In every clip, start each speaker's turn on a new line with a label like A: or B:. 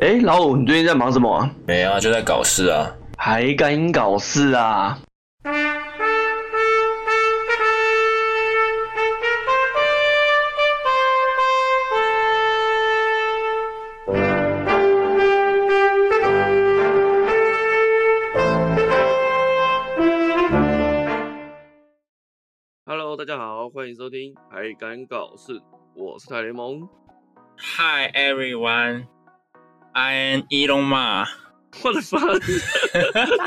A: 哎，老五，你最近在忙什么啊？
B: 没啊，就在搞事啊。
A: 还敢搞事啊？
C: Hello，大家好，欢迎收听《还敢搞事》，我是泰雷蒙。
B: Hi everyone, I am Elon Ma。
C: 我的妈！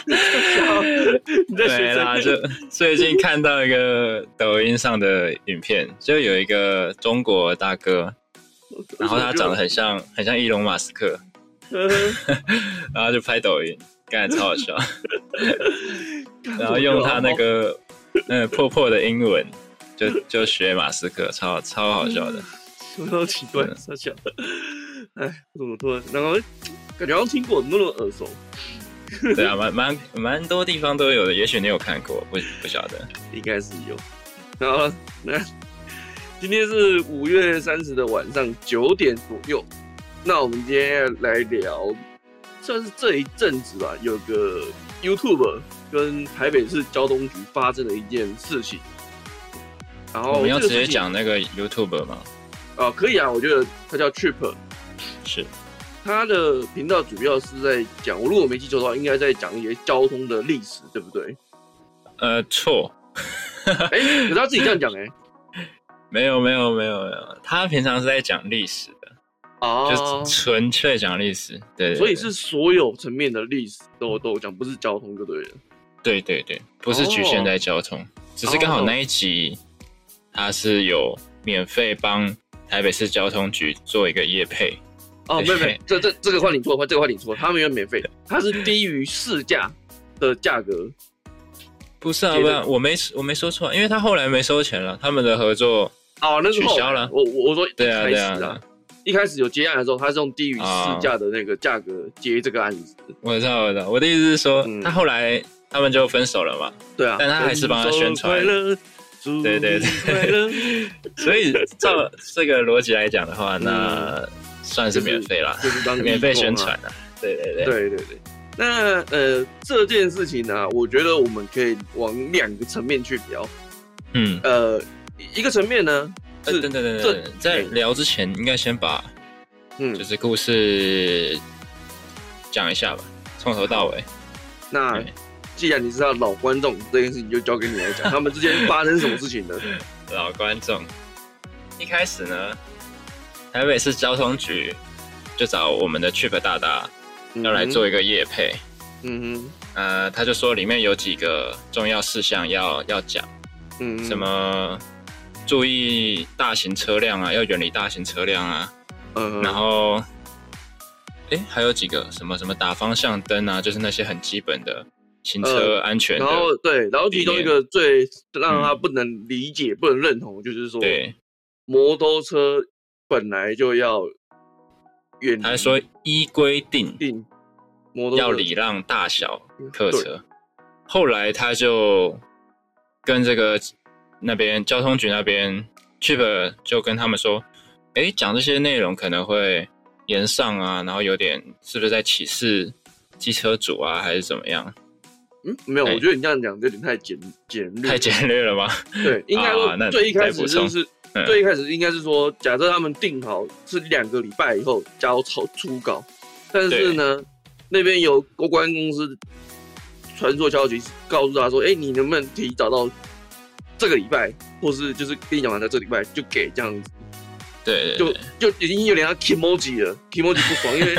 C: 你在
B: 对
C: 学
B: 啦，
C: 谁？
B: 就最近看到一个抖音上的影片，就有一个中国大哥，然后他长得很像很像伊隆马斯克， 然后就拍抖音，干超好笑，然后用他那个嗯破破的英文，就就学马斯克，超超好笑的。
C: 什么都奇怪，傻笑。哎，我怎么突然？然后感觉好像听过，怎么那么耳熟？
B: 对啊，蛮蛮蛮多地方都有的，也许你有看过，不不晓得。
C: 应该是有。 好了，那 今天是五月三十的晚上九点左右。那我们今天来聊，算是这一阵子吧，有个 YouTube 跟台北市交通局发生的一件事情。然后
B: 我们要
C: 这
B: 直
C: 个事
B: 接
C: 情
B: 讲那个 YouTube 吗？
C: 啊、可以啊，我觉得它叫 Trip，
B: 是
C: 它的频道主要是在讲，我如果没记错的话，应该在讲一些交通的历史，对不对？
B: 呃错，
C: 哎、可是他自己这样讲哎、
B: 没有没有没有没有，他平常是在讲历史的，
C: 哦
B: 就是纯粹讲历史。对对对
C: 所以是所有层面的历史都有都有讲，不是交通就对了。
B: 对对对，不是局限在交通，只是刚好
C: 哦
B: 那一集他是有免费帮台北市交通局做一个业配，
C: 哦，没有没
B: 对，
C: 有这这这个话你错，这个话你错，他没有免费，它是低于市价的价格。
B: 不是啊，
C: 觉
B: 不
C: 得
B: 然我没我没说错啊，因为他后来没收钱了，他们的合作
C: 哦，那是后来
B: 取消了
C: 我我我说一
B: 对啊
C: 开
B: 对啊
C: 始
B: 对
C: 啊
B: 啊，
C: 一开始有接案的时候，他是用低于市价的那个价格接这个案子。
B: 我知道我知道，我的意思是说、
C: 嗯
B: 他后来他们就分手了嘛，
C: 对啊，
B: 但他还是帮他宣传
C: 分手快乐，祝
B: 对对
C: 你快乐。
B: 对，所以照这个逻辑来讲的话，那算是免费啦，
C: 嗯就是当义工啊
B: 免费宣传啦。对对对，
C: 对对对。那呃，这件事情呢、我觉得我们可以往两个层面去聊。
B: 嗯，
C: 呃，一个层面呢
B: 呃
C: 是
B: 等等等
C: 这
B: 等等，在聊之前，应该先把
C: 嗯
B: 就，是故事讲一下吧，从头到尾。
C: 那
B: 对
C: 既然你是他的老观众，这件事情就交给你来 讲，他们之间发生什么事情呢？
B: 老观众，一开始呢，台北市交通局就找我们的 Trip 大大要来做一个夜配，
C: 嗯
B: 呃，他就说里面有几个重要事项要要讲。
C: 哼，嗯哼，
B: 什么注意大型车辆啊，要远离大型车辆啊，
C: 嗯，
B: 然后，诶，还有几个什么什么打方向灯啊，就是那些很基本的行车安全的，
C: 嗯然后对，然后其中一个最让他不能理解、不能认同，就是说，
B: 对，
C: 摩托车本来就要远离，
B: 他还说依规定
C: 定摩托车
B: 要礼让大小
C: 嗯
B: 客车，后来他就跟这个那边交通局那边 Chip 就跟他们说，诶，讲这些内容可能会延上啊，然后有点是不是在歧视机车主啊，还是怎么样？
C: 嗯，没有，
B: 哎
C: 我觉得你这样讲有点太简简略，
B: 太简略了吗？
C: 对，应该
B: 啊那
C: 说
B: 你
C: 最一开
B: 再
C: 始
B: 补
C: 就
B: 充
C: 是
B: 嗯
C: 最一开始应该是说，假设他们定好是两个礼拜以后交草初稿，但是
B: 对
C: 呢，那边有公关公司传说消息告诉他说，哎、你能不能提早到这个礼拜，或是就是跟你讲完在这个礼拜就给这样子，
B: 对对
C: 就
B: 对，
C: 就已经有点像 emoji 了，emoji 不 爽，因为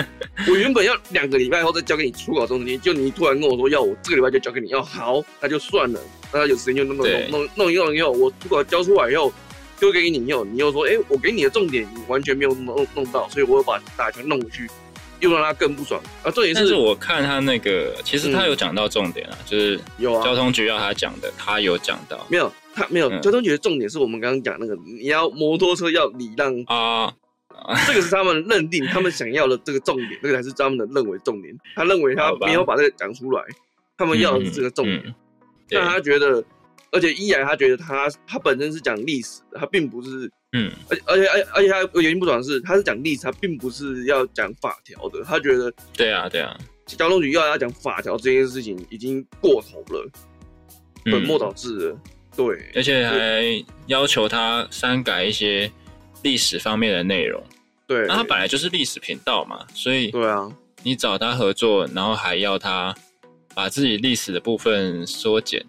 C: 我原本要两个礼拜后再交给你初稿中间，就你突然跟我说要我这个礼拜就交给你，要好，那就算了，那有时间就弄弄
B: 对
C: 弄弄弄一弄以后，我初稿交出来以后丢给你以后，你又说，哎、我给你的重点你完全没有弄弄到，所以我又把打全弄回去，又让他更不爽。啊，重点
B: 但是
C: 是
B: 我看他那个，其实他
C: 嗯
B: 有讲到重点啊，就是
C: 有啊
B: 交通局要他讲的，他有讲到
C: 没有他没有
B: 嗯
C: 交通局的重点是我们刚刚讲那个，你要摩托车要礼让，
B: 啊。
C: 这个是他们认定他们想要的这个重点，这个才是他们的认为重点。他认为他
B: 好吧
C: 没有把这个讲出来，他们要的是这个重点。
B: 嗯嗯对
C: 但他觉得，而且一来他觉得他他本身是讲历史的，他并不是
B: 嗯，
C: 而且而且而且而且他原因不爽的是，他是讲例子，他并不是要讲法条的。他觉得
B: 对啊，对啊，
C: 交通局要他讲法条这件事情已经过头了，
B: 嗯
C: 本末倒置了。对，
B: 而且还要求他删改一些历史方面的内容。
C: 对，
B: 那他本来就是历史频道嘛，所以
C: 对啊，
B: 你找他合作，然后还要他把自己历史的部分缩减，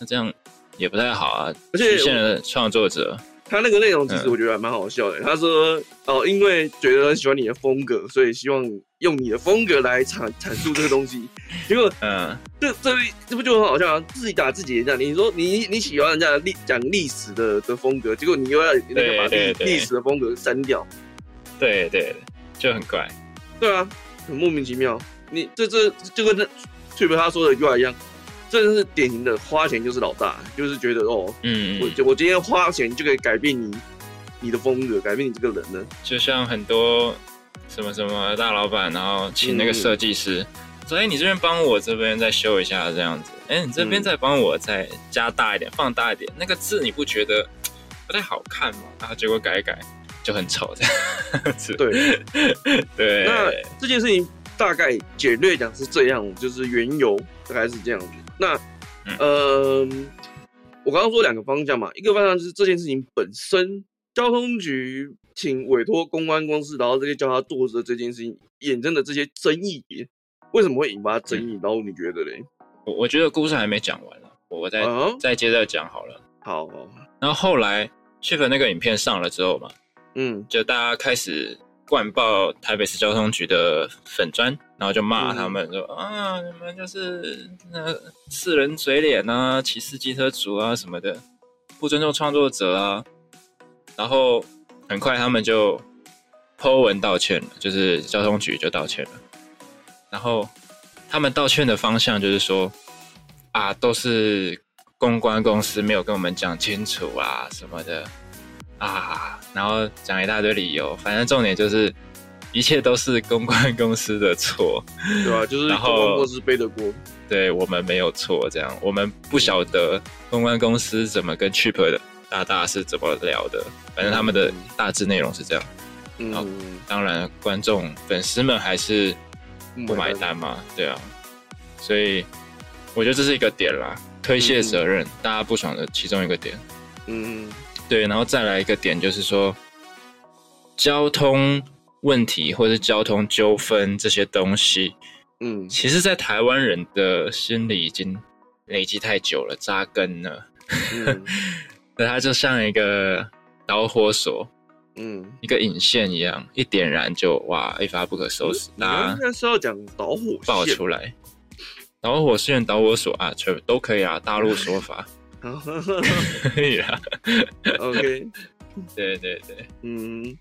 B: 那这样也不太好啊，
C: 而且
B: 局限了创作者。
C: 他那个内容其实
B: 嗯
C: 我觉得还蛮好笑的。他说哦，因为觉得很喜欢你的风格，所以希望用你的风格来阐阐述这个 东西。结果
B: 嗯，
C: 这这这不就很好笑啊？自己打自己脸这样。你说你你喜欢人家的历讲历史的的风格，结果你又要你那个把
B: 对
C: 历
B: 对对
C: 历史的风格删掉，
B: 对对，就很怪。
C: 对啊，很莫名其妙。你这这就跟那翠培他说的一句话一样，这是典型的花钱就是老大，就是觉得哦，
B: 嗯，
C: 我我今天花钱就可以改变你你的风格，改变你这个人呢。
B: 就像很多什么什么大老板，然后请那个设计师、说：“哎、你这边帮我，这边再修一下，这样子。哎、你这边再帮我再加大一点，放大一点。那个字你不觉得不太好看吗？然后结果改一改就很丑，这样子。
C: 对。
B: 对，
C: 那这件事情大概简略讲是这样，就是缘由大概是这样子。那
B: 嗯，
C: 呃，我刚刚说两个方向嘛，一个方向就是这件事情本身，交通局请委托公关公司，然后这个叫他做的这件事情衍生的这些争议，为什么会引发争
B: 嗯
C: 议？然后你觉得嘞？
B: 我我觉得故事还没讲完了，我我再、
C: 啊，
B: 再接着讲好了。
C: 好，好
B: 然后后来去粉那个影片上了之后嘛，
C: 嗯
B: 就大家开始灌爆台北市交通局的粉砖，然后就骂他们说、啊，你们就是呃四人嘴脸啊，歧视机车族啊什么的，不尊重创作者啊。然后很快他们就 Po 文道歉了，就是交通局就道歉了。然后他们道歉的方向就是说啊，都是公关公司没有跟我们讲清楚啊什么的啊，然后讲一大堆理由，反正重点就是一切都是公关公司的错，
C: 对吧、就是
B: 然
C: 公
B: 后
C: 关公司背的锅，
B: 对我们没有错，这样我们不晓得公关公司怎么跟 Chip 的大大是怎么聊的，反正他们的大致内容是这样。好
C: 嗯，
B: 当然，观众粉丝们还是不买单嘛，对啊，所以我觉得这是一个点啦，推卸责任，大家不爽的其中一个点。
C: 嗯，
B: 对，然后再来一个点就是说，交通问题或是交通纠纷这些东西，
C: 嗯嗯，
B: 其实在台湾人的心里已经累积太久了，扎根了。
C: 嗯，
B: 那它就像一个导火索，
C: 嗯，
B: 一个引线一样，一点燃就哇一发不可收拾，
C: 你
B: 大
C: 应
B: 家
C: 该是要讲导火
B: 爆
C: 线
B: 出来。导火线、导火索啊，全部都可以啊，大陆说 法可以啊。
C: OK，
B: 对对对。
C: 嗯，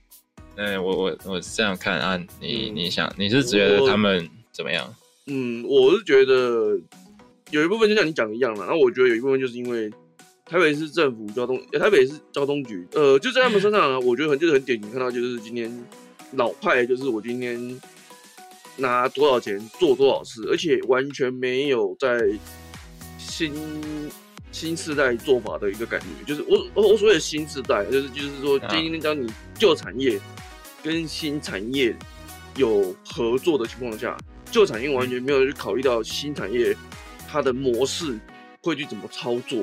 B: 嗯，我我我是这样看啊，你
C: 嗯
B: 你想你是觉得
C: 我
B: 他们怎么样？
C: 嗯，我是觉得有一部分就像你讲的一样了，然后我觉得有一部分就是因为台北市政府交通，呃台北市交通局，呃，就在他们身上啊，我觉得很就是很典型，看到就是今天老派，就是我今天拿多少钱做多少事，而且完全没有在新新时代做法的一个感觉，就是我我我所谓的新时代，就是就是说
B: 啊
C: 今天当你旧产业跟新产业有合作的情况下，旧产业完全没有去考虑到新产业它的模式会去怎么操作，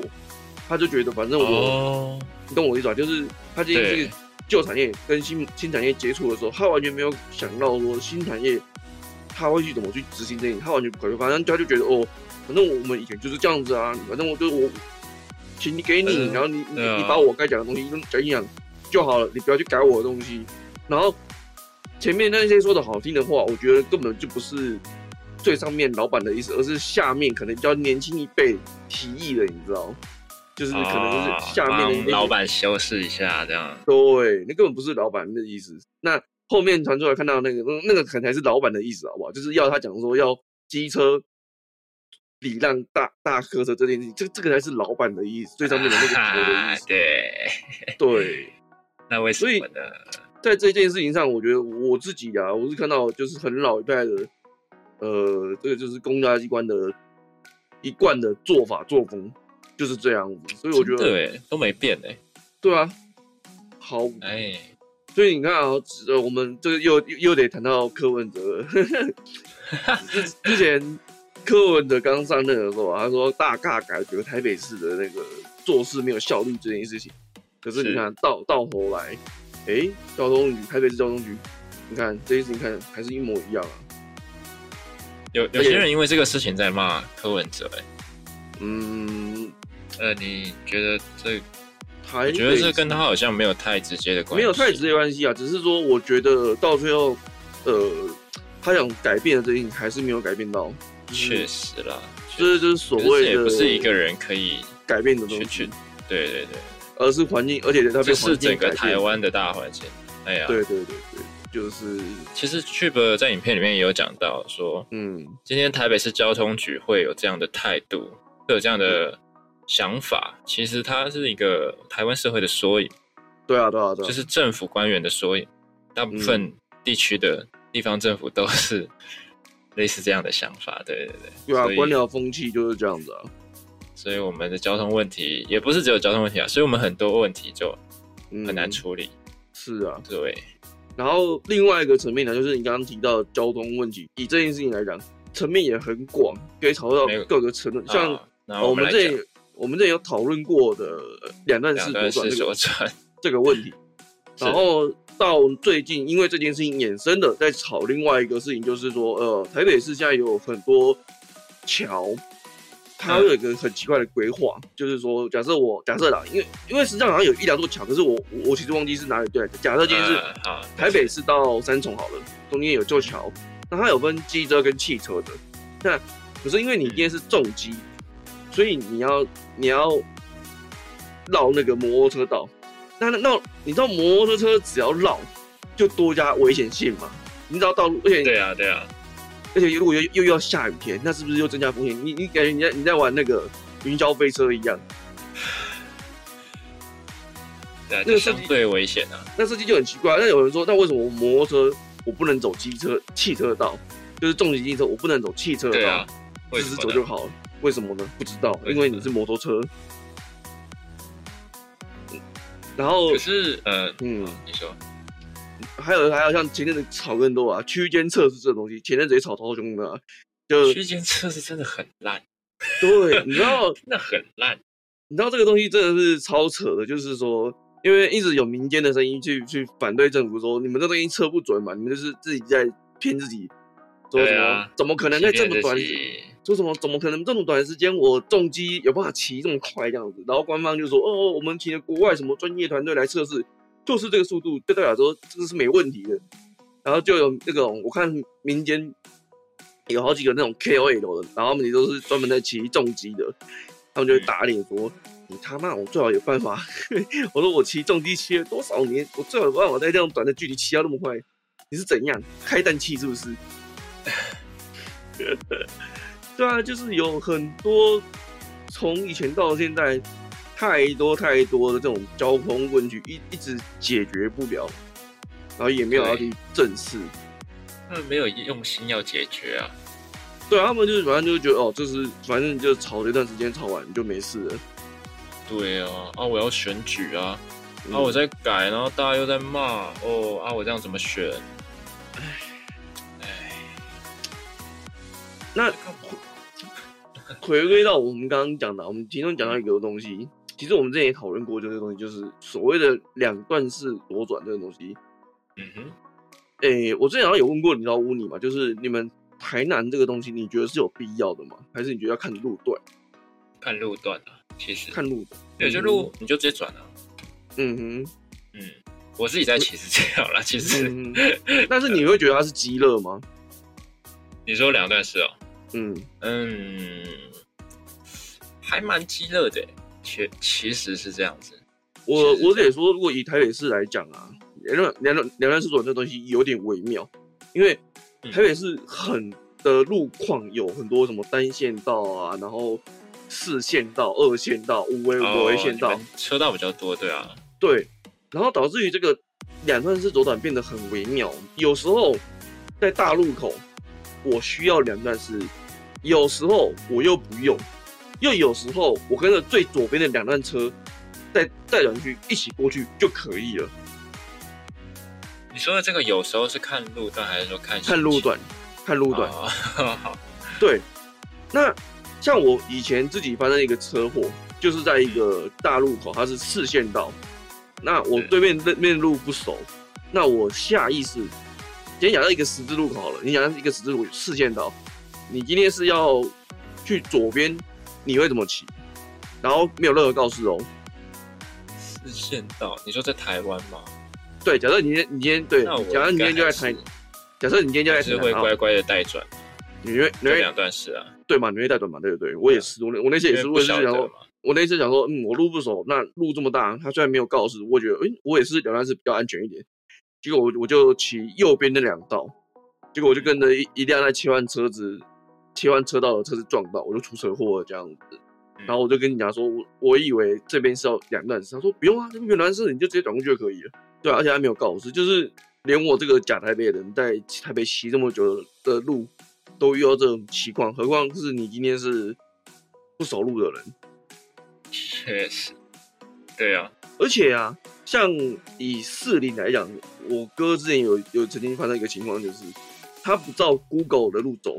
C: 他就觉得反正我、
B: 哦，
C: 你懂我意思吧？就是他今天
B: 对
C: 是旧产业跟新新产业接触的时候，他完全没有想到说新产业他会去怎么去执行这件事，他完全不考虑，反正他就觉得哦，反正我们以前就是这样子啊，反正我就我钱给你，
B: 嗯
C: 然后你你、
B: 对啊
C: 你把我该讲的东西都讲一讲就好了，你不要去改我的东西。然后前面那些说的好听的话，我觉得根本就不是最上面老板的意思，而是下面可能比较年轻一辈提议的，你知道。就是可能
B: 哦
C: 是下面的
B: 帮
C: 那些
B: 老板修饰一下这样。
C: 对，那根本不是老板的意思。那后面传出来看到那个，嗯那个可能才是老板的意思，好不好？就是要他讲说要机车礼让大大客车这件事情，这这个才是老板的意思，最上面的那个头的
B: 啊。
C: 意思
B: 对，
C: 对，
B: 那为什
C: 所以
B: 么呢？
C: 在这件事情上，我觉得我自己啊，我是看到就是很老一代的，呃，这个就是公家机关的一贯的做法作风就是这样子，所以我觉得
B: 对都没变哎。
C: 对啊，毫无。
B: 哎，
C: 所以你看啊，只呃我们这个又又又得谈到柯文哲了。之之前柯文哲刚上任的时候啊，他说大尬改革台北市的那个做事没有效率这件事情。可是你
B: 是
C: 看到到头来，诶，交通局台北市交通局，你看这件事情看还是一模一样啊。
B: 有有些人因为这个事情在骂柯文哲、哎，
C: 嗯，
B: 呃，你觉得这？
C: 台
B: 我
C: 北
B: 觉得这跟他好像没有太直接的关系，
C: 哎没有太直接关系啊，只是说我觉得到最后，呃，他想改变的这件事情还是没有改变到，嗯
B: 确实啦，确
C: 这
B: 实
C: 就是所
B: 可是这
C: 谓
B: 也
C: 的
B: 不是一个人可以
C: 改变的东
B: 去
C: 西
B: 去，，对对对，
C: 而是环境，而且它被
B: 这
C: 环
B: 是
C: 境
B: 整
C: 改
B: 个
C: 变
B: 台。湾的大环境。哎呀，
C: 对对对对，就是
B: 其实 Trip 在影片里面也有讲到说，
C: 嗯
B: 今天台北市交通局会有这样的态度，会有这样的想法，其实它是一个台湾社会的缩影，
C: 对啊对啊对啊，
B: 就是政府官员的缩影。大部分地区的地方政府都是类似这样的想法，对对对。
C: 对啊
B: 所，以
C: 官僚风气就是这样子啊。
B: 所以我们的交通问题也不是只有交通问题啊，所以我们很多问题就
C: 嗯
B: 很难处理。
C: 是啊，
B: 对，
C: 然后另外一个层面呢，就是你刚刚提到的交通问题，以这件事情来讲，层面也很广，可以讨论
B: 没
C: 到
B: 有
C: 各个层面，像
B: 啊那
C: 呃
B: 我
C: 我
B: 们
C: 们
B: 来
C: 这
B: 讲
C: 里我们这里有讨论过的呃两段
B: 两
C: 式
B: 段
C: 左转
B: 式
C: 这
B: 左
C: 个
B: 转，
C: 这个问题，
B: 是
C: 然后到最近因为这件事情衍生的，在吵另外一个事情，就是说呃，台北市现在有很多桥，它
B: 嗯
C: 有一个很奇怪的规划，就是说假设我假设啦，因为因为实际上好像有一两座桥，可是我我我其实忘记是哪里对来的，假设今天是
B: 呃好
C: 台北市到三重好了，中间有座桥，那它有分机车跟汽车的。那可是因为你今天是重机，所以你要你要绕那个摩托车道。那那那你知道摩托车只要绕，就多加危险性嘛？你知道道路，而且
B: 对啊对啊，
C: 而且如果又又要下雨天，那是不是又增加风险？你你感觉你在你在玩那个云霄飞车一样？
B: 对啊，
C: 那个
B: 就是相对危险啊。
C: 那设计就很奇怪。那有人说，那为什么我摩托车我不能走机车、汽车道？就是重型机车我不能走汽车道，
B: 对啊，为
C: 自
B: 什
C: 己
B: 么
C: 走
B: 呢
C: 就好了。为什么呢？不知道，
B: 为什么
C: 因为你是摩托车。然后
B: 可，是呃，
C: 嗯，
B: 你说
C: 还有还有像前阵子吵更多啊，区间测试这东西，前阵子也吵超凶的啊、就
B: 区间测试真的很烂，
C: 对，你知道
B: 真的很烂。
C: 你知道这个东西真的是超扯的，就是说，因为一直有民间的声音去去反对政府说，你们这东西测不准嘛，你们就是自己在骗自己，说什
B: 对
C: 么、
B: 啊
C: 怎么可能在这么短
B: 即便这些
C: 说什么怎么可能这么短的时间我重机有办法骑这么快这样子？然后官方就说哦，我们请了国外什么专业团队来测试，就是这个速度，就代表说这个是没问题的。然后就有那种我看民间有好几个那种 KOL 的，然后他们也都是专门在骑重机的，他们就会打脸说。你他妈！我最好有办法。 我说我骑重机骑了多少年，我最好有办法在这样短的距离骑到那么快。你是怎样开氮气是不是？ 对啊，就是有很多从以前到现在，太多太多的这种交通问题一一直解决不了，然后也没有要去正视。
B: 他们没有用心要解决啊。
C: 对啊，他们就是反正就是觉得哦，就是反正就吵这段时间，吵完你就没事了。
B: 对啊，啊我要选举啊，
C: 嗯
B: 啊我在改，然后大家又在骂哦，啊我这样怎么选？
C: 那回归到我们刚刚讲的，我们其中讲到一个东西，其实我们之前也讨论过，就是这个东西，就是所谓的两段式左转这个东西。
B: 嗯哼，
C: 诶、我之前好像有问过你知道乌尼嘛，就是你们台南这个东西，你觉得是有必要的吗？还是你觉得要看路段？
B: 看路段啊，其实
C: 看路段？
B: 有些路你就直接转啊。
C: 嗯哼，
B: 嗯，我自己在骑是这样啦，其实
C: 嗯哼。但是你会觉得它是极乐吗？
B: 你说两段式哦，
C: 嗯，
B: 嗯，还蛮激乐的欸，其其实是这样子。
C: 我
B: 是
C: 我得说，如果以台北市来讲啊，两段两段两段式左转这东西有点微妙，因为
B: 嗯
C: 台北市很的路况有很多什么单线道啊，然后四线道、二线道、五维
B: 哦
C: 五维线道
B: 你，们车道比较多，对啊，
C: 对，然后导致于这个两段式左转变得很微妙。有时候在大路口，我需要两段式；有时候我又不用，又有时候我跟着最左边的两辆车在在转区一起过去就可以了。
B: 说的这个有时候是看路段，还是说看
C: 看路段，看路
B: 路
C: 段。
B: 好，
C: 对，那像我以前自己发生一个车祸，就是在一个大路口，它是四线道，那我
B: 嗯
C: 对面那面路不熟，那我下意识，今天讲到一个十字路口好了，你讲到一个十字路口四线道，你今天是要去左边，你会怎么骑？然后没有任何告示哦。
B: 四线道，你说在台湾吗？
C: 对，假设你今天你今天对，
B: 那我
C: 假设你今天就在
B: 台
C: 台，，假设你今天就在
B: 还
C: 台
B: 是
C: 南
B: 会
C: 啊，
B: 乖乖的带转，
C: 你会你
B: 这
C: 会
B: 两段是啊，
C: 对嘛？你会带转嘛？对不对？我也是，我那我那些也
B: 因
C: 是，
B: 为
C: 我
B: 不
C: 也是
B: 晓
C: 然
B: 得
C: 后。
B: 嘛，
C: 我那次想说，嗯，我路不熟，那路这么大，它虽然没有告示，我觉得，诶，我也是两段是比较安全一点。结果我我就骑右边那两道，结果我就跟着一一辆在切换车子、切换车道的车子撞到，我就出车祸了这样子。
B: 嗯
C: 然后我就跟你讲说，我我以为这边是要两段式，他说不用啊，这边没有两段式，你就直接转过去就可以了。对啊、而且还没有告示，就是连我这个假台北人在台北骑这么久的的路，都遇到这种情况，何况是你今天是不熟路的人。
B: 确实，对啊，
C: 而且啊，像以四零来讲，我哥之前有有曾经发生一个情况，就是他不照 Google 的路走，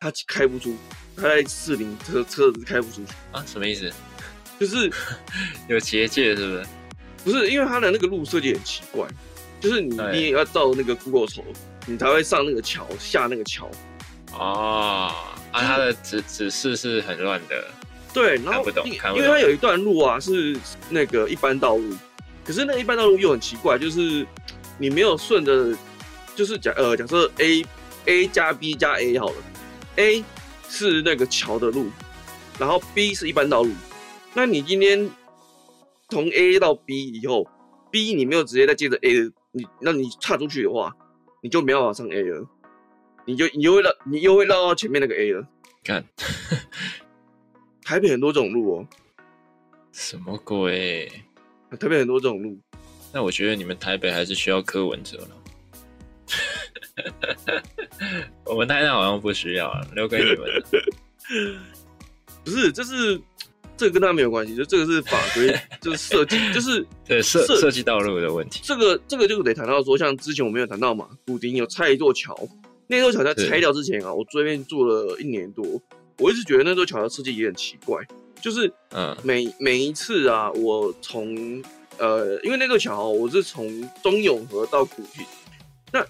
C: 他开不出，他在四零车车子开不出去，
B: 啊，什么意思？
C: 就是
B: 有结界是不是？
C: 不是因为他的那个路设计很奇怪，就是你
B: 对
C: 你也要照那个 Google 走，你才会上那个桥下那个桥。
B: 哦，啊，它的指指示是很乱的，
C: 对，然
B: 看
C: 后
B: 不懂
C: 因为
B: 看不
C: 因为
B: 懂
C: 它有一段路啊是那个一般道路，可是那一般道路又很奇怪，就是你没有顺着，就是假呃假设 A A 加 B 加 A 好了，A 是那个桥的路，然后 B 是一般道路，那你今天从 A 到 B 以后，B 你没有直接再接着 A 的，你那你岔出去的话，你就没办法上 A 了，你就你又会绕你又会绕到前面那个 A 了。
B: 看
C: 台北很多这种路哦，
B: 什么鬼？
C: 台北很多这种路，
B: 那我觉得你们台北还是需要柯文哲了。我们台南好像不需要了，留给你们了。
C: 不是，这是这个跟他没有关系，就这个是法规，就是设计，就是
B: 对设
C: 设
B: 设计道路的问题，
C: 这个这个就得谈到说，像之前我们有谈到嘛，古亭有拆一座桥，那座桥在
B: 对
C: 拆掉之前啊，我这边住了一年多，我一直觉得那座桥的设计也很奇怪，就是
B: 嗯
C: 每每一次啊，我从呃，因为那座桥我是从中永和到古亭，那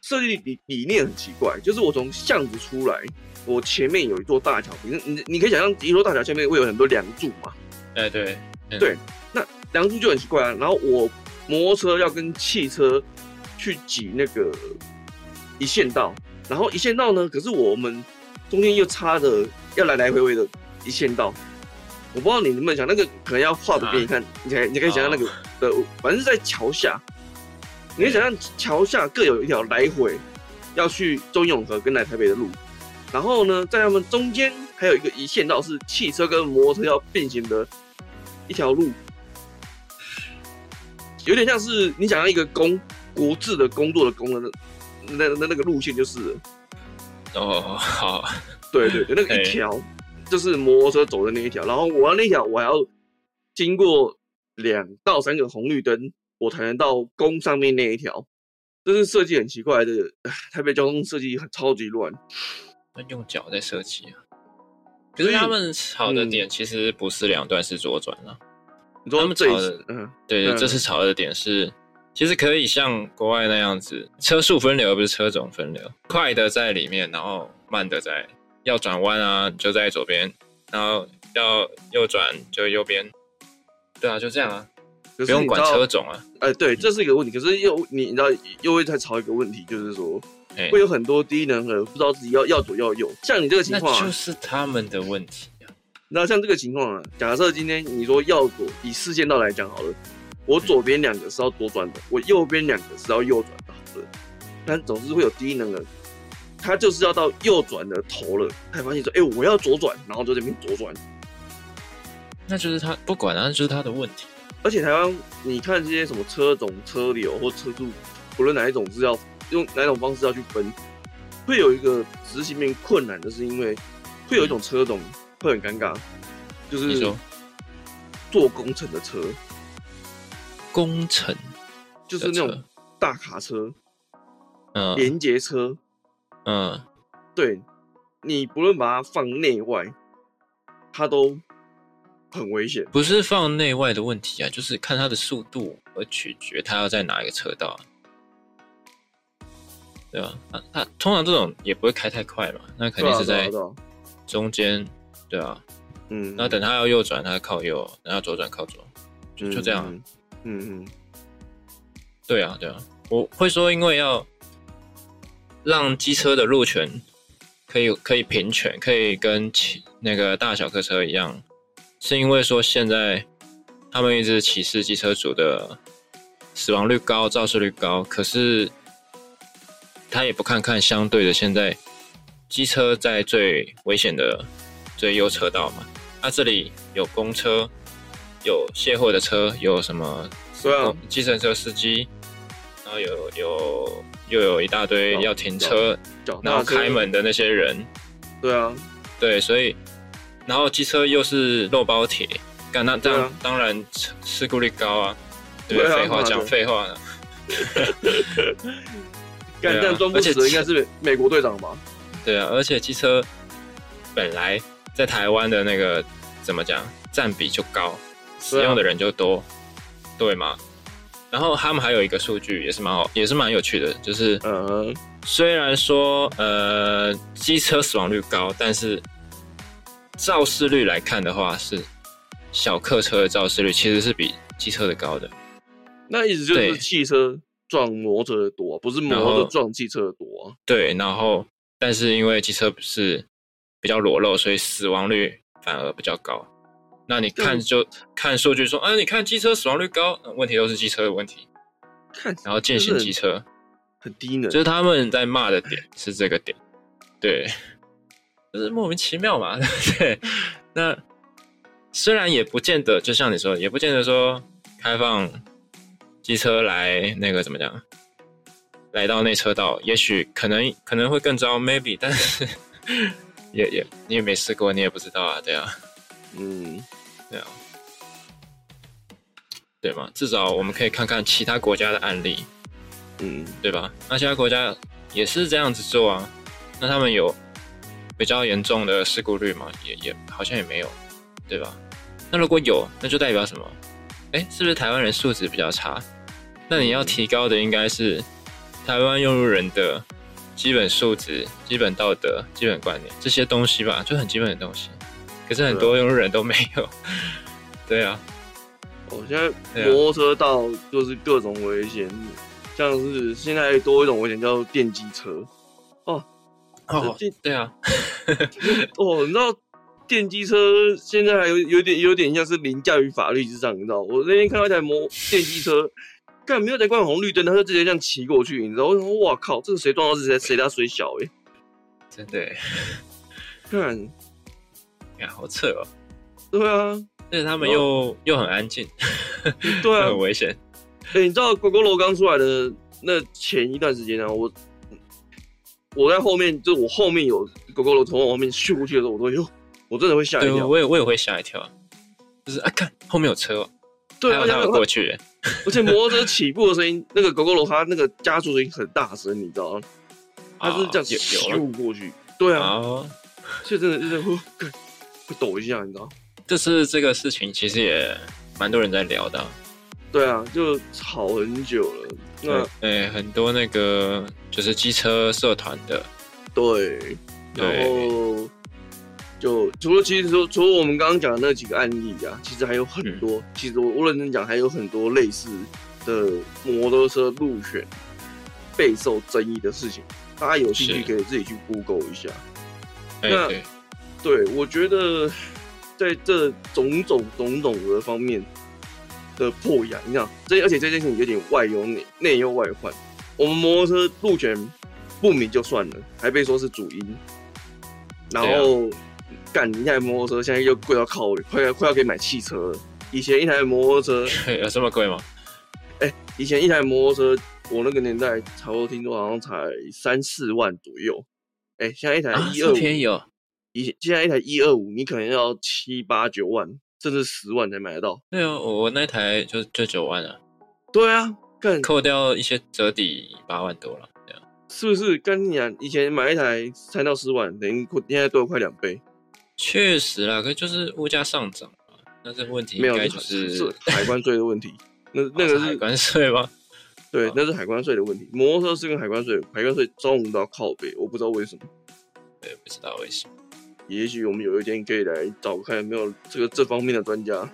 C: 设计理理念很奇怪，就是我从巷子出来，我前面有一座大桥，你你你可以想象一座大桥下面会有很多梁柱嘛，
B: 哎、对，嗯
C: 对梁柱就很奇怪啊。然后我摩托车要跟汽车去挤那个一线道，然后一线道呢，可是我们中间又插着要来来回回的一线道，我不知道你能不能想，那个可能要画着给你看，你才你可以想象那个的，反正是在桥下，你可以想象桥下各有一条来回要去中永和跟来台北的路，然后呢，在他们中间还有一个一线道是汽车跟摩托车要并行的一条路，有点像是你想要一个工国字的工作的工的那那那那个路线就是了，
B: 哦好，
C: 对对对，那个一
B: 哎
C: 条就是摩托车走的那一条，然后我要那条我还要经过两到三个红绿灯，我才能到宫上面那一条。这是设计很奇怪的，唉台北交通设计很超级乱。
B: 那用脚在设计啊。可
C: 所以
B: 是他们吵的
C: 嗯
B: 点其实不是两段式左转啊，
C: 你说
B: 他们
C: 这一
B: 吵
C: 次
B: 的，
C: 嗯，
B: 对对，
C: 嗯
B: 这次吵的点是，其实可以像国外那样子，车速分流而不是车种分流，快的在里面，然后慢的在要转弯啊，你就在左边，然后要右转就右边，对啊，就这样啊，
C: 可
B: 不
C: 是
B: 用
C: 你知
B: 管
C: 道
B: 车，种啊，
C: 哎，对，这是一个问题。可是又你你知道又会再吵一个问题，就是说
B: 哎、
C: 会有很多低能儿不知道自己要要左要右。像你这个情
B: 那
C: 况、啊，
B: 就是他们的问题啊，
C: 那像这个情况啊，假设今天你说要左，以四线道来讲好了，我左边两个是要左转的，我右边两个是要右转的，好了，但总是会有低能的，他就是要到右转的头了，才发现说，哎、我要左转，然后就这边左转，
B: 那就是他不管啊，那就是他的问题，
C: 而且台湾你看这些什么车种、车流或车速，不论哪一种是要用哪一种方式要去分，会有一个执行面困难的是因为会有一种车种会很尴尬，就
B: 你
C: 是
B: 说
C: 做工程的车。
B: 工程
C: 就是那
B: 的
C: 种
B: 车
C: 大卡车、
B: 嗯
C: 连接车，
B: 嗯，
C: 对你不论把它放内外，它都很危险。
B: 不是放内外的问题啊，就是看它的速度而取决它要在哪一个车道啊，对吧？啊，它通常这种也不会开太快嘛，那肯定是
C: 对啊
B: 在
C: 对啊对啊
B: 中间，对啊。
C: 嗯，
B: 然后等它要右转，它靠右；然后左转靠左，就就这样啊。
C: 嗯。嗯嗯嗯，
B: 对啊，对啊，我会说，因为要让机车的路权可以可以平权，可以跟骑那个大小客车一样，是因为说现在他们一直歧视机车主的死亡率高、肇事率高，可是他也不看看相对的现在机车在最危险的最右车道嘛，那、这里有公车。有卸货的车，有什么
C: 对啊，
B: 计程车司机，然后有有又有一大堆要停车，
C: 脚
B: 然后
C: 踏车
B: 开，门的那些人，
C: 对啊，
B: 对，所以然后机车又是肉包铁，干那这
C: 对
B: 样、
C: 啊
B: 当然事故率高啊，对不对？
C: 对啊
B: 废话
C: 妈的
B: 讲废话呢，
C: 干
B: 对啊
C: 这样装不
B: 而且
C: 死的应该是美美国队长吧？
B: 对啊，而且机车本来在台湾的那个怎么讲占比就高，
C: 啊
B: 使用的人就多，对吗？然后他们还有一个数据也是蛮好，也是蛮有趣的，就是
C: 呃，
B: 虽然说呃机车死亡率高，但是肇事率来看的话，是小客车的肇事率其实是比机车的高的。
C: 那意思就
B: 对
C: 是汽车撞摩托车的多啊，不是摩
B: 然
C: 托
B: 后
C: 车撞汽车的多啊。
B: 对，然后但是因为机车是比较裸露，所以死亡率反而比较高。那你看
C: 对
B: 就看数据说，啊，你看机车死亡率高，呃问题都是机车的问题，
C: 看，
B: 然后践行机车，
C: 很低能，
B: 就是他们在骂的点是这个点，对，就是莫名其妙嘛， 对。那虽然也不见得，就像你说，也不见得说开放机车来那个怎么讲，来到内车道，也许可能可能会更糟，maybe，但是 也也你也没试过，你也不知道啊，对啊，
C: 嗯，
B: 对啊，对嘛，至少我们可以看看其他国家的案例，
C: 嗯，
B: 对吧？那其他国家也是这样子做啊，那他们有比较严重的事故率吗？也也好像也没有，对吧？那如果有，那就代表什么？哎，是不是台湾人素质比较差？那你要提高的应该是台湾用路人的基本素质、基本道德、基本观念这些东西吧，就很基本的东西。可是很多用路人都没有， 对啊，
C: 哦，现在
B: 对啊
C: 摩托车道就是各种危险，像是现在多一种危险叫电机车。
B: 哦
C: 这，
B: 对啊，
C: 哦，你知道电机车现在还有有点有点像是凌驾于法律之上，你知道？我那天看到一台摩电机车，干没有在关红绿灯，他就直接这样骑过去，你知道？我想说，哇靠，这个谁撞到是谁谁家谁小哎、
B: 真的耶，
C: 看，
B: 哎呀，好扯哦。
C: 对啊，
B: 但是他们又又很安静，
C: 对啊
B: 很，危险。
C: 哎、你知道狗狗楼刚出来的那前一段时间啊，我我在后面，就是我后面有狗狗楼从我后面咻过去的时候，我都哟，我真的会吓一
B: 对，
C: 跳。
B: 我也我也会吓一跳，就是啊，看后面有车哦，
C: 对，啊
B: 还
C: 而
B: 有
C: 且
B: 他们过去耶，
C: 而且摩托车起步的声音，那个狗狗楼它那个加速声音很大声，你知道吗？它是这
B: 哦
C: 样
B: 有有
C: 啊咻过去。对啊，
B: 哦，
C: 所以真的就是会会会抖一下，你知道？
B: 就是这个事情，其实也蛮多人在聊的啊。
C: 对啊，就吵很久了。那
B: 对，哎很多那个就是机车社团的，
C: 对，然
B: 对，
C: 后就除了其实说，除了我们刚刚讲的那几个案例啊，其实还有很多。其实我我认真讲，还有很多类似的摩托车入选备受争议的事情，大家有兴趣
B: 是
C: 可以自己去 Google 一下。
B: 哎
C: 那
B: 对，
C: 对，我觉得在这种种种种的方面的破牙，你想这而且这件事情有点外忧内内忧外患。我们摩托车路权不明就算了，还被说是主因，然后干、一台摩托车现在又贵到靠，快要快要可以买汽车了。以前一台摩托车，
B: 有这么贵吗？
C: 以前一台摩托车，我那个年代差不多听说好像才三四万左右。哎、现在一台
B: 啊，
C: 一二
B: 这
C: 五
B: 么便宜哦，
C: 以前现在一台一二五，你可能要七八九万，甚至十万才买得到。
B: 对哦，我我那台就就九万啊，
C: 对啊，干
B: 扣掉一些折抵八万多了，这样
C: 是不是干你啊？以前买一台三到四万，等于现在多快两倍，
B: 确实啦，可是就是物价上涨嘛，那这个问题
C: 没
B: 应
C: 有
B: 该
C: 这
B: 就是
C: 是海关税的问题。那那
B: 哦
C: 个
B: 是海
C: 是
B: 关哦税吗？
C: 对，那是海关税的问题。摩托车是跟海关税，海关税重到靠北，我不知道为什么。
B: 对，不知道为什么。
C: 也许我们有一天可以来找看有没有这个这方面的专家，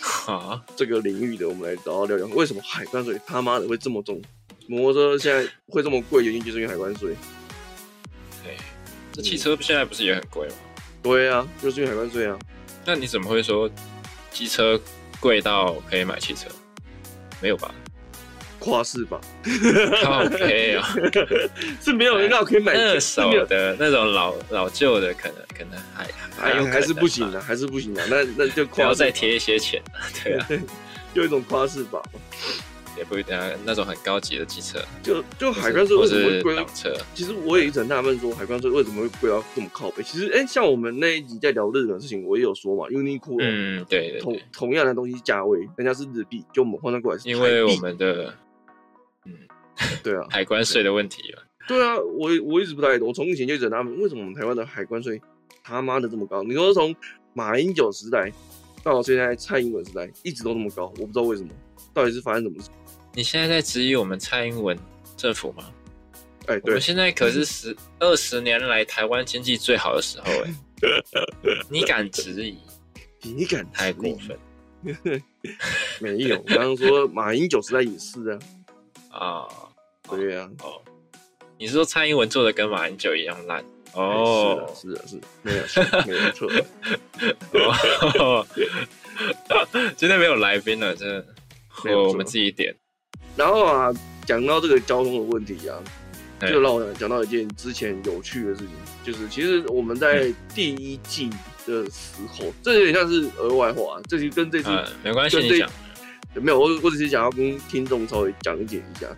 B: 好，
C: 这个领域的，我们来找他聊聊为什么海关税他妈的会这么重。摩托车现在会这么贵，原因就是因为海关税。
B: 对，这汽车现在不是也很贵吗？
C: 对啊，就是因为海关税啊。
B: 那你怎么会说机车贵到可以买汽车？没 有吧？
C: 跨 市吧，
B: 靠背啊，
C: 是没有人让我可以买
B: 二
C: 车，是没有
B: 手的那种老老旧的，可能可能还还有可
C: 还
B: 能
C: 哎还是不行啊
B: 吧
C: 的，还是不行的。那那就
B: 哎不
C: 跨
B: 要
C: 市
B: 再
C: 吧，
B: 贴一些钱，对啊，
C: 就一种跨市法嘛。
B: 也不一定要那种很高级的机车，
C: 就就海
B: 或
C: 关税为什么
B: 是
C: 会贵啊
B: 挡？车，
C: 其实我也一直很纳闷，说海关税为什么会贵到这么靠背？其实，哎、像我们那一集在聊日本的事情，我也有说嘛，Uniqlo、
B: 嗯，对对
C: 同
B: 对，
C: 同样的东西价位，人家是日币，就我们换算过来是
B: 因为
C: 台
B: 我
C: 币啊
B: 们的
C: 对啊，
B: 海关税的问题嘛，
C: 对啊，我我一直不太懂，我从以前就一直很纳闷，为什么我们台湾的海关税他妈的这么高？你说从马英九时代到现在蔡英文时代，一直都那么高，我不知道为什么，到底是发生什么事？
B: 你现在在质疑我们蔡英文政府吗？
C: 哎、
B: 我
C: 对
B: 们，现在可是十二十年来台湾经济最好的时候、 哎，你敢质疑？
C: 你敢
B: 太
C: 质疑
B: 过分
C: 没有？我刚刚说马英九时代也是啊，
B: 啊！
C: 对啊，
B: 哦，你是说蔡英文做的跟马英九一样烂？
C: 哦
B: 哦，，
C: 是的，是的，啊没有错，没有错。哎啊
B: 哦 今天没有来宾了，真的，
C: 没有错
B: 我我们自己点。
C: 然后啊，讲到这个交通的问题啊，
B: 对
C: 就让我想讲到一件之前有趣的事情，就是其实我们在第一季的时候，这有点像是额外话，这就跟这次、
B: 嗯，没关系，
C: 就
B: 你
C: 这
B: 讲。
C: 没有，我我只是想要跟听众稍微讲解一下。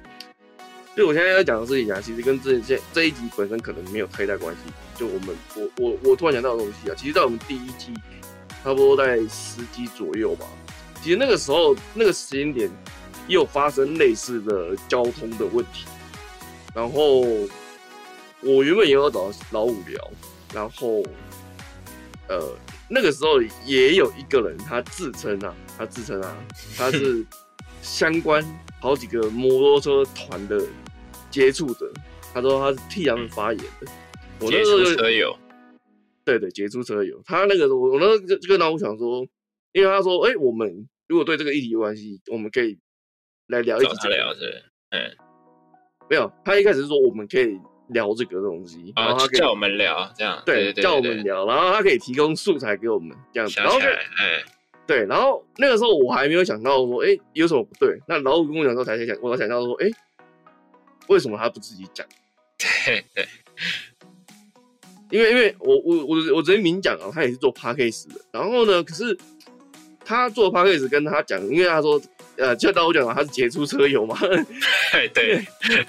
C: 就我现在要讲的事情啊，啊其实跟这这这一集本身可能没有太大关系。就我们我我我突然想到的东西啊，其实在我们第一季差不多在十集左右吧。其实那个时候那个时间点也有发生类似的交通的问题。然后我原本也有找老五聊，然后呃那个时候也有一个人他自称啊，他自称啊，他是相关好几个摩托车团的接触者，他说他是替他们发言的。我那
B: 解
C: 时候
B: 除
C: 就
B: 车友，
C: 对对，杰出车友，他那个时候我我那时候就就跟老五想说，因为他说，哎、我们如果对这个议题有关系，我们可以来聊一
B: 找
C: 起
B: 他聊是
C: 没有，他一开始是说我们可以聊这个东西，然
B: 啊
C: 后他，可以、
B: 叫我们聊这样，对
C: 对
B: 对，
C: 叫我
B: 对
C: 们，聊，然后他可以提供素材给我们这样
B: 对
C: 子，
B: 想
C: 然后
B: 起
C: 就
B: 来，哎，
C: 对，然后那个时候我还没有想到说，哎、有什么不对？那老五跟我讲之后才想，我才想到说，哎、为什么他不自己讲？
B: 对对，
C: 因为因为我我我我直接明讲啊，他也是做 p a c k a g e 的，然后呢，可是他做 p a c k a g e 跟他讲，因为他说。呃，就当我讲了，他是杰出车友嘛， 可
B: 哎对，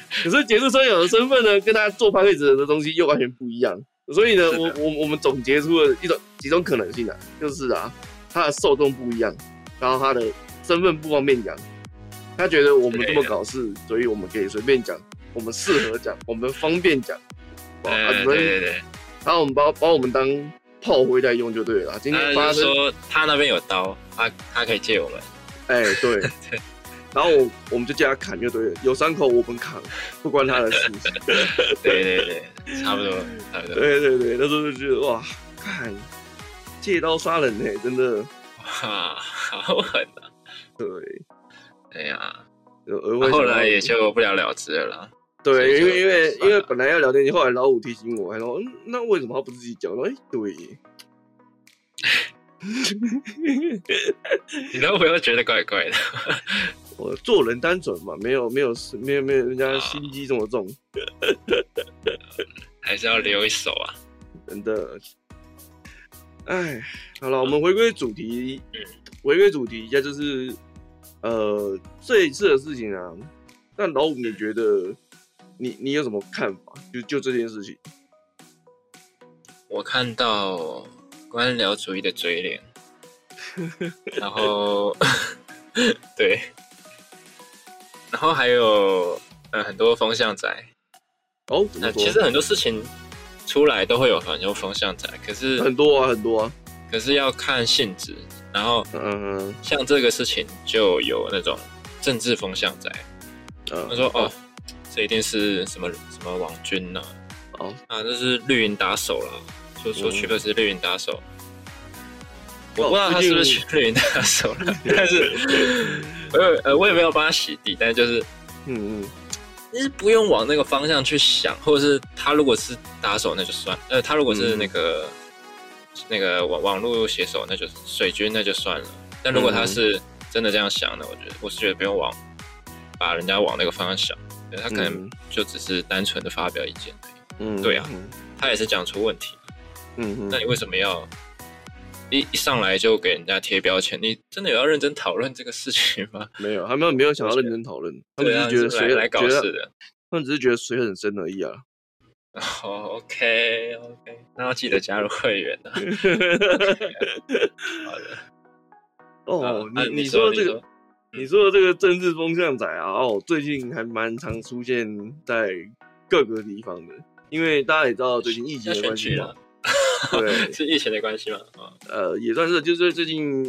C: 是杰出车友的身份呢，跟他做 p a c k a g e 的东西又完全不一样，所以呢，
B: 是的
C: 我我我们总结出了一种几种可能性啊，就是啊，他的受众不一样，然后他的身份不方便讲，他觉得我们这么
B: 啊
C: 搞事，所以我们可以随便讲，我们适合讲，我们方便讲，哇，
B: 哎
C: 啊你
B: 对
C: 们
B: 对对，
C: 然后我们把把我们当炮灰在用就对了啊。今
B: 他
C: 天发
B: 是
C: 生，
B: 说他那边有刀，他他可以借我们，
C: 哎、对，然后我我们就叫他砍就对了，有伤口我们扛，不关他的事。
B: 对对对，差不多差不多。
C: 对对对，那时候就觉得哇，看借刀杀人呢、真的，
B: 哇，好狠啊！
C: 对，
B: 哎呀，
C: 有额外想到
B: 后来也就不了了之了啦。所以
C: 对，因
B: 就
C: 为因为因
B: 算了
C: 为本来要聊天，后来老五提醒我，还说嗯，那为什么他不自己讲？我说哎、对耶，
B: 你都不用觉得怪怪的，
C: 我做人单纯嘛，没有没有没有没有人家心机这么重，
B: 还是要留一手啊。
C: 真的。哎，好了，我们回归主题，回归主题一下，就是呃这一次的事情啊。那老五，你觉得你你有什么看法？就就这件事情，
B: 我看到官僚主义的嘴脸， 然后对，然后还有呃很多风向仔，
C: 哦，怎
B: 那
C: 么说？
B: 其实很多事情出来都会有很多风向仔，可是
C: 很多啊，很多啊，
B: 可是要看性质。然后
C: 嗯嗯
B: 像这个事情就有那种政治风向仔，他
C: 嗯，
B: 说哦，这一定是什么什么网军呐、
C: 哦，
B: 啊，这是绿营打手啦，说说
C: 嗯
B: 去的是绿营打手。
C: 哦
B: 我不知道他是不是
C: 最近
B: 去绿营打手 了，但是我也呃我也没有帮他洗地，但就是
C: 嗯嗯，
B: 就是不用往那个方向去想，或者是他如果是打手那就算，呃，他如果是那个、
C: 嗯
B: 那个网网络写手那就水军那就算了，但如果他是真的这样想的，我觉得我是觉得不用往把人家往那个方向想，对他可能
C: 嗯
B: 就只是单纯的发表意见而已，
C: 嗯，
B: 对啊
C: 嗯
B: 他也是讲出问题，
C: 嗯
B: 那
C: 嗯，
B: 你为什么要一一上来就给人家贴标签？你真的有要认真讨论这个事情吗？
C: 没有，他们没有想要认真讨论，他们
B: 对
C: 只
B: 啊
C: 是觉得
B: 是来
C: 水
B: 来
C: 很
B: 搞
C: 觉得
B: 事的。
C: 他们只是觉得水很深而已啊。
B: 哦，OK，OK、o k OK，那要记得加入会员 啊。好的，
C: 哦
B: 啊，啊
C: 你
B: 你
C: 说
B: 说
C: 的这个，你说的这个政治风向仔啊，哦，最近还蛮常出现在各个地方的，因为大家也知道最近疫
B: 要
C: 情的
B: 选
C: 关系
B: 举
C: 嘛
B: 了，，
C: 对，
B: 是疫情的关系吗？啊，
C: 呃，也算是就是最近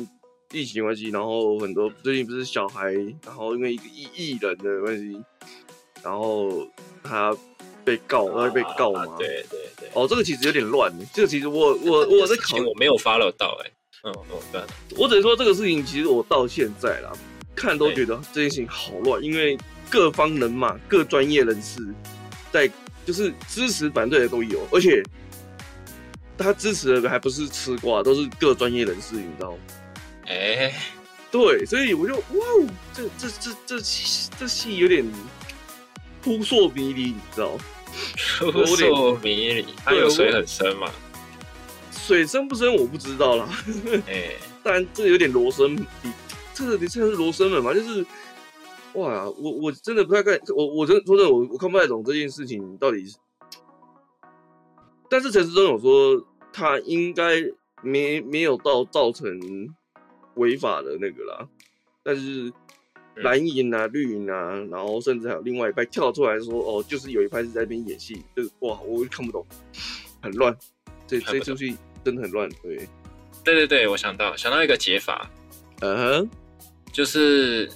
C: 疫情的关系，然后很多最近不是小孩，然后因为一个艺艺人的关系，然后他被告，他哦会被告
B: 啊
C: 嘛？。
B: 对对对。
C: 哦，这个其实有点乱，这个其实我我我在
B: 这个事
C: 考
B: 情，我没有 follow 到哎、嗯，我对啊，
C: 我只能说这个事情其实我到现在啦，看都觉得这件事情好乱，因为各方人马、各专业人士在就是支持反对的都有，而且他支持的还不是吃瓜，都是各专业人士，你知道吗？
B: 哎、
C: 对，所以我就哇哦，这这这这戏这戏有点扑朔迷离，你知道？
B: 扑朔迷离，它有水很深嘛？
C: 水深不深我不知道啦，
B: 哎、
C: 当然这有点罗生门，这个你真的是罗生门嘛？就是哇，我我真的不太看，我我真的说真的，我我看不太懂这件事情到底是。但是陈时中有说他应该没没有到造成违法的那个啦，但是
B: 嗯
C: 蓝营啊、绿营啊，然后甚至还有另外一派跳出来说，哦，就是有一派是在那边演戏，就是哇，我看不懂，很乱，这
B: 看不
C: 这
B: 懂
C: 出戏真的很乱，对，
B: 对对对，我想到想到一个解法，
C: 嗯哼。
B: 就是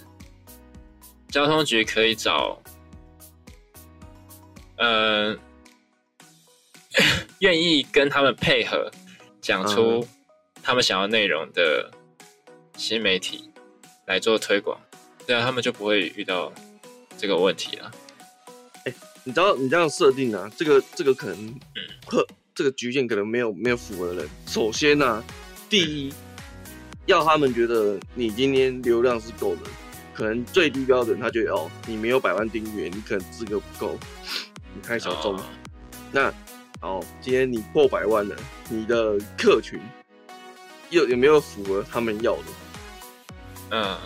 B: 交通局可以找，呃，愿意跟他们配合，讲出他们想要内容的新媒体来做推广，这样他们就不会遇到这个问题了。
C: 你知道你这样设定啊，这个这个可能呵，这个局限可能没有没有符合人。首先呢、第一，要他们觉得你今天流量是够的，可能最低标准他觉得哦，你没有百万订阅，你可能资格不够，你太小众。
B: 哦
C: 那哦，今天你破百万了，你的客群有有没有符合他们要的？
B: 嗯，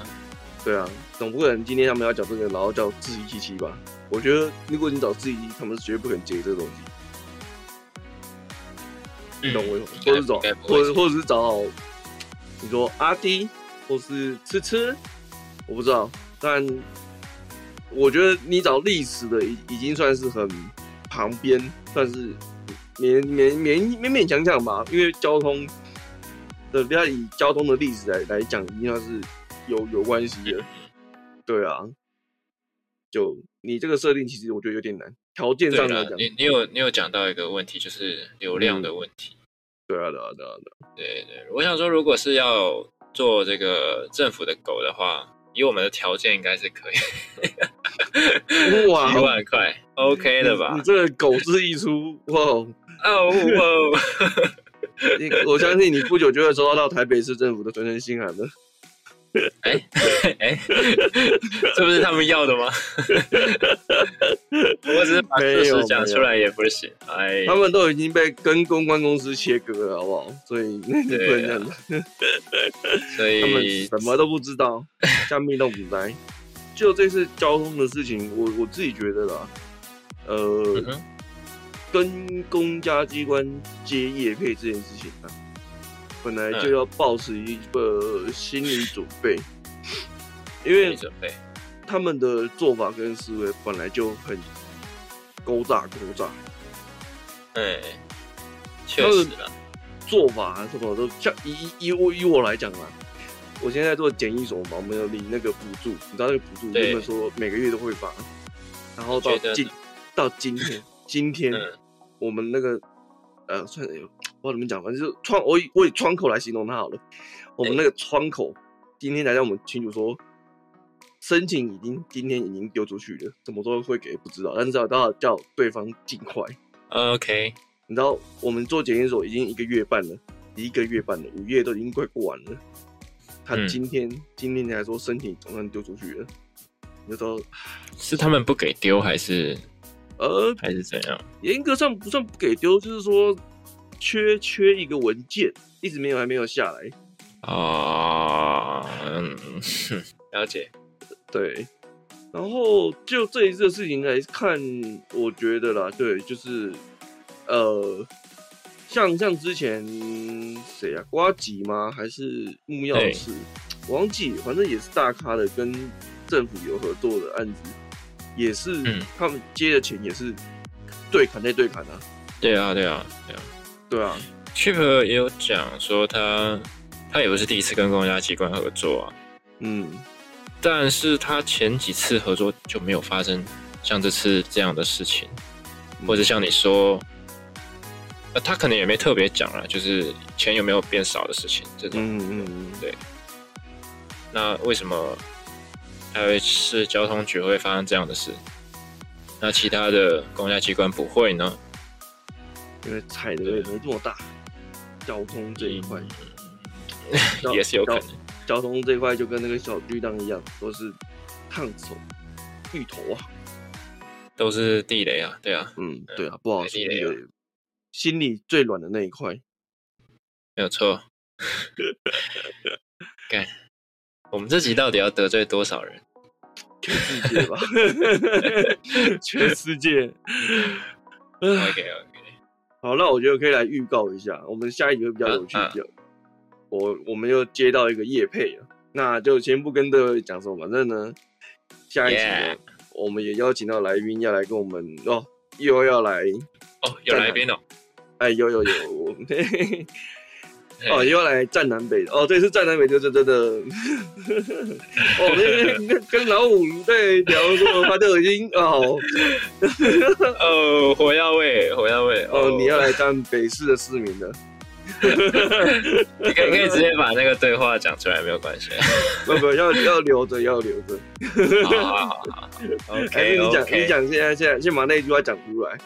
C: 对啊，总不可能今天他们要讲这个，然后叫自一七七吧？我觉得如果你找自一，他们是绝对不可能接这个东西。
B: 嗯
C: 懂我意思吗，
B: 应
C: 或
B: 该
C: 是找
B: 应该，不
C: 或
B: 会
C: 者或者是找，你说阿迪，或是吃吃，我不知道，但我觉得你找历史的已已经算是很旁边，算是勉勉勉勉勉强强吧，因为交通的要以交通的历史来来讲，一定要是有有关系的，对啊，就你这个设定，其实我觉得有点难，条件
B: 对
C: 上来
B: 了
C: 讲，，
B: 你你有你有讲到一个问题，就是流量的问题。
C: 对啊，对啊，对啊， 对
B: 对
C: 啊，
B: 对，我想说，如果是要做这个政府的狗的话，以我们的条件应该是可以，一
C: 哇
B: 万块 OK 的吧
C: 你？这个狗字一出， 哇！
B: 哦哇，
C: 你我相信你不久就会收到到台北市政府的传真信函的。
B: 哎哎， 这不是他们要的吗？ 我只是把事实讲出来也不行，哎，
C: 他们都已经被跟公关公司切割了，好不好？所以那 你不能这样子，
B: 所
C: 他们
B: 以
C: 什么都不知道，像密弄不来。就这次交通的事情，我我自己觉得啦，呃
B: 嗯，哼
C: 跟公家机关接业配这件事情啊，本来就要保持一个心理准备，因为
B: 没准备，
C: 他们的做法跟思维本来就很勾诈勾诈，
B: 哎，确实啦，
C: 做法啊什么都像以以以我以我来讲啊，我现在做简易手嘛，我们有领那个补助，你知道那个补助
B: 对
C: 原本说每个月都会发，然后到
B: 觉得呢
C: 今到今天，今天
B: 嗯
C: 我们那个呃，算哎呦我怎么讲，反正就是窗，我以我以窗口来形容它好了，我们
B: 哎
C: 那个窗口今天才让我们清楚说。申请已经今天已经丢出去了，怎么说会给不知道，但是要到叫对方尽快，
B: ，OK，
C: 你知道我们做检验所已经一个月半了，一个月半了，五月都已经快过完了。他
B: 嗯
C: 今天、今天来说申请总算丢出去了，你就说
B: 是他们不给丢还是
C: 呃，
B: 还是怎样？
C: 严格上不算不给丢，就是说缺缺一个文件，一直没有还没有下来。
B: 哦，嗯，哼了解，
C: 对，然后就这一次的事情来看，我觉得啦，对，就是呃，像像之前谁啊，瓜吉吗？还是木曜
B: 对
C: 是，我忘记，反正也是大咖的，跟政府有合作的案子，也是、
B: 嗯
C: 他们接的钱也是对砍再对砍啊，
B: 对啊，对啊，对啊。
C: 对啊，
B: Chip 也有讲说他他也不是第一次跟公家机关合作啊，
C: 嗯，
B: 但是他前几次合作就没有发生像这次这样的事情，或者像你说，呃，他可能也没特别讲了，啊就是钱有没有变少的事情这种。
C: 嗯嗯嗯
B: 那为什么台北市交通局会发生这样的事？那其他的公家机关不会呢？
C: 因为踩的也没这么大，交通这一
B: 嗯
C: 块。交
B: 也是有可能
C: 交。交通这一块就跟那个小绿灯一样，都是烫手芋头啊。
B: 都是地雷啊，对啊，
C: 嗯，对啊，不好说
B: 地雷啊
C: 的，心里最软的那一块。
B: 没有错。干，我们这集到底要得罪多少人？
C: 全世界吧，全世界。
B: OK OK，
C: 好，那我觉得可以来预告一下，我们下一集会比较有趣
B: 啊啊
C: 一点。我我们又接到一个叶配了，那就先不跟各位讲什么，反正呢，下一集呢
B: Yeah
C: 我们也邀请到来宾要来跟我们哦，又要来，
B: 哦，有来宾哦，
C: 哎，有有有，我哦，又要来站南北的哦，对，是站南北，就真 真的，哦，那那跟老五在聊的时候，他就已经哦
B: 哦，火药味，火药味，
C: 哦，你要来当北市的市民了，
B: 你可以可以直接把那个对话讲出来，没有关系。
C: 不不， 要要留着，要留着。
B: 好好啊好好，OK
C: 哎，你讲
B: OK，
C: 你讲，现在现在先把那一句话讲出来，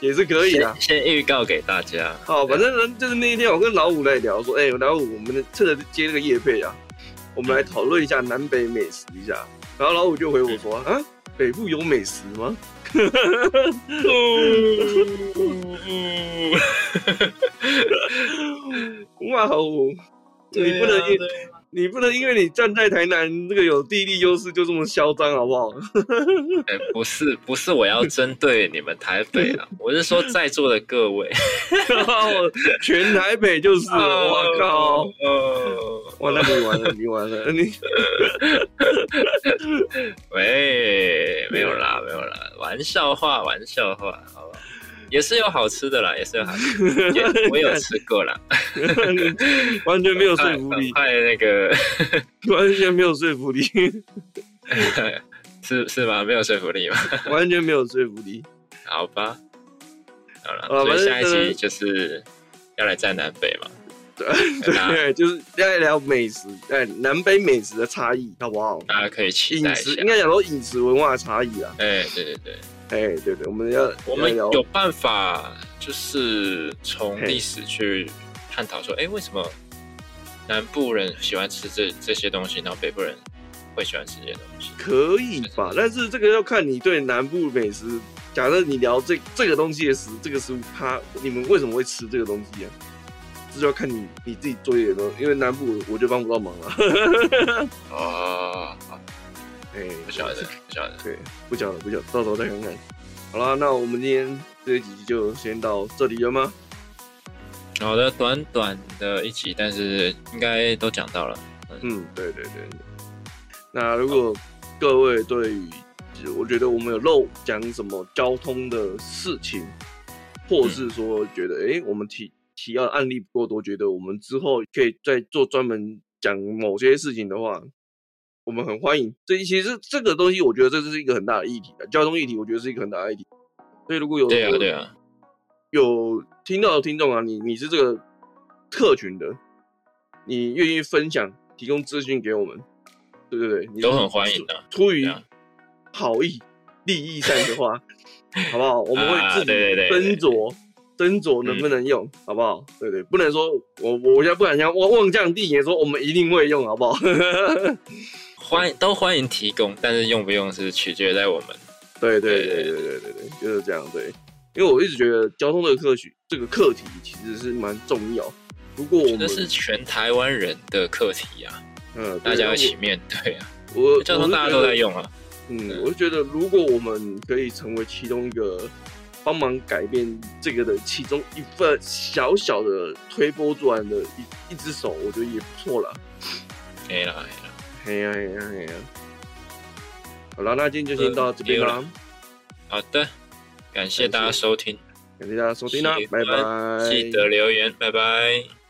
C: 也是可以啊的。
B: 先先预告给大家。
C: 好，反正呢，就是那一天我跟老五在聊说，哎，老五，我们趁着接那个叶配啊，我们来讨论一下南北美食一下。然后老五就回我说，
B: 嗯
C: 啊，北部有美食吗？哇哦！ 你不能
B: 啊
C: 因、你不能因为你站在台南这个有地利优势就这么嚣张好不 好？
B: 哎、不是不是，我要针对你们台北啊，我是说在座的各位。
C: 全台北就是了，我靠！
B: 哦，
C: 哇，那你完了，你完了，你
B: 喂，没有啦，没有啦，玩笑话，玩笑话，好吧。也是有好吃的啦，也是有好吃 的，也我有吃过啦，
C: 你完 全没有说服
B: 很
C: 力，
B: 快那个
C: 完全没有说服力，
B: 是是吗？没有说服力吗？
C: 完全没有说服力。
B: 好吧，好了，
C: 好啦
B: 所以
C: 反正
B: 下一
C: 真
B: 集
C: 的
B: 就是要来站南北嘛，跟大家
C: 对，就是在聊美食，哎，南北美食的差异，好不好？
B: 大家可以期待
C: 饮
B: 一
C: 食
B: 下
C: 应。该讲说饮食文化的差异啊。
B: 哎，对对对，
C: 哎，对对，我们要
B: 我们
C: 要聊
B: 有办法，就是从历史去探讨说，哎、为什么南部人喜欢吃这这些东西，然后北部人会喜欢吃这些东西？
C: 可以吧？但是这个要看你对南部美食。假设你聊这这个东西的食，这个食物它你们为什么会吃这个东西啊？这就要看你你自己做业了，因为南部我我就帮不到忙了。
B: 哦，好
C: 哎、
B: 不晓得，不晓得。
C: 对，不讲了，不讲了，到时候再看看。好啦，那我们今天这一集就先到这里了吗？
B: 好的，短短的一集，
C: 嗯
B: 但是应该都讲到了。
C: 嗯，对对对。那如果各位对于，就是我觉得我们有漏讲什么交通的事情，或是说觉得诶我们提提到的案例不够多，觉得我们之后可以再做专门讲某些事情的话，我们很欢迎。这其实这个东西，我觉得这是一个很大的议题的，交通议题，我觉得是一个很大的议题。所以如果有
B: 对啊
C: 有
B: 对啊，
C: 有听到的听众啊，你你是这个特群的，你愿意分享提供资讯给我们，对对对，你
B: 都很欢迎的。
C: 出于
B: 对啊
C: 好意、利益上的 话，好不好？我们会
B: 啊
C: 自己
B: 对嗯对对对
C: 斟酌斟酌能不能用，好不好？对对，不能说我我现在不敢像望望降地也说我们一定会用，好不好？
B: 欢都欢迎提供，但是用不用是取决在我们。
C: 对对
B: 对
C: 对对对对对，就是这样。对，因为我一直觉得交通这个课题，这个课题其实是蛮重要。如果我
B: 这
C: 们
B: 是全台湾人的课题啊，
C: 嗯，对
B: 大家要一起，面对啊。
C: 我我
B: 交通大家都在，用啊，
C: 我是觉得嗯，我是觉得如果我们可以成为其中一个帮忙改变这个的其中一份小小的推波助澜的一一只手，我觉得也不错啦。
B: 没了没了。
C: 嘿呀嘿呀嘿呀！好了，那今天就
B: 呃
C: 先到这边啦，
B: 好的，感谢大家收听，
C: 感谢大家收听啦
B: 喜，
C: 拜
B: 欢
C: 拜。
B: 记得留言，拜拜。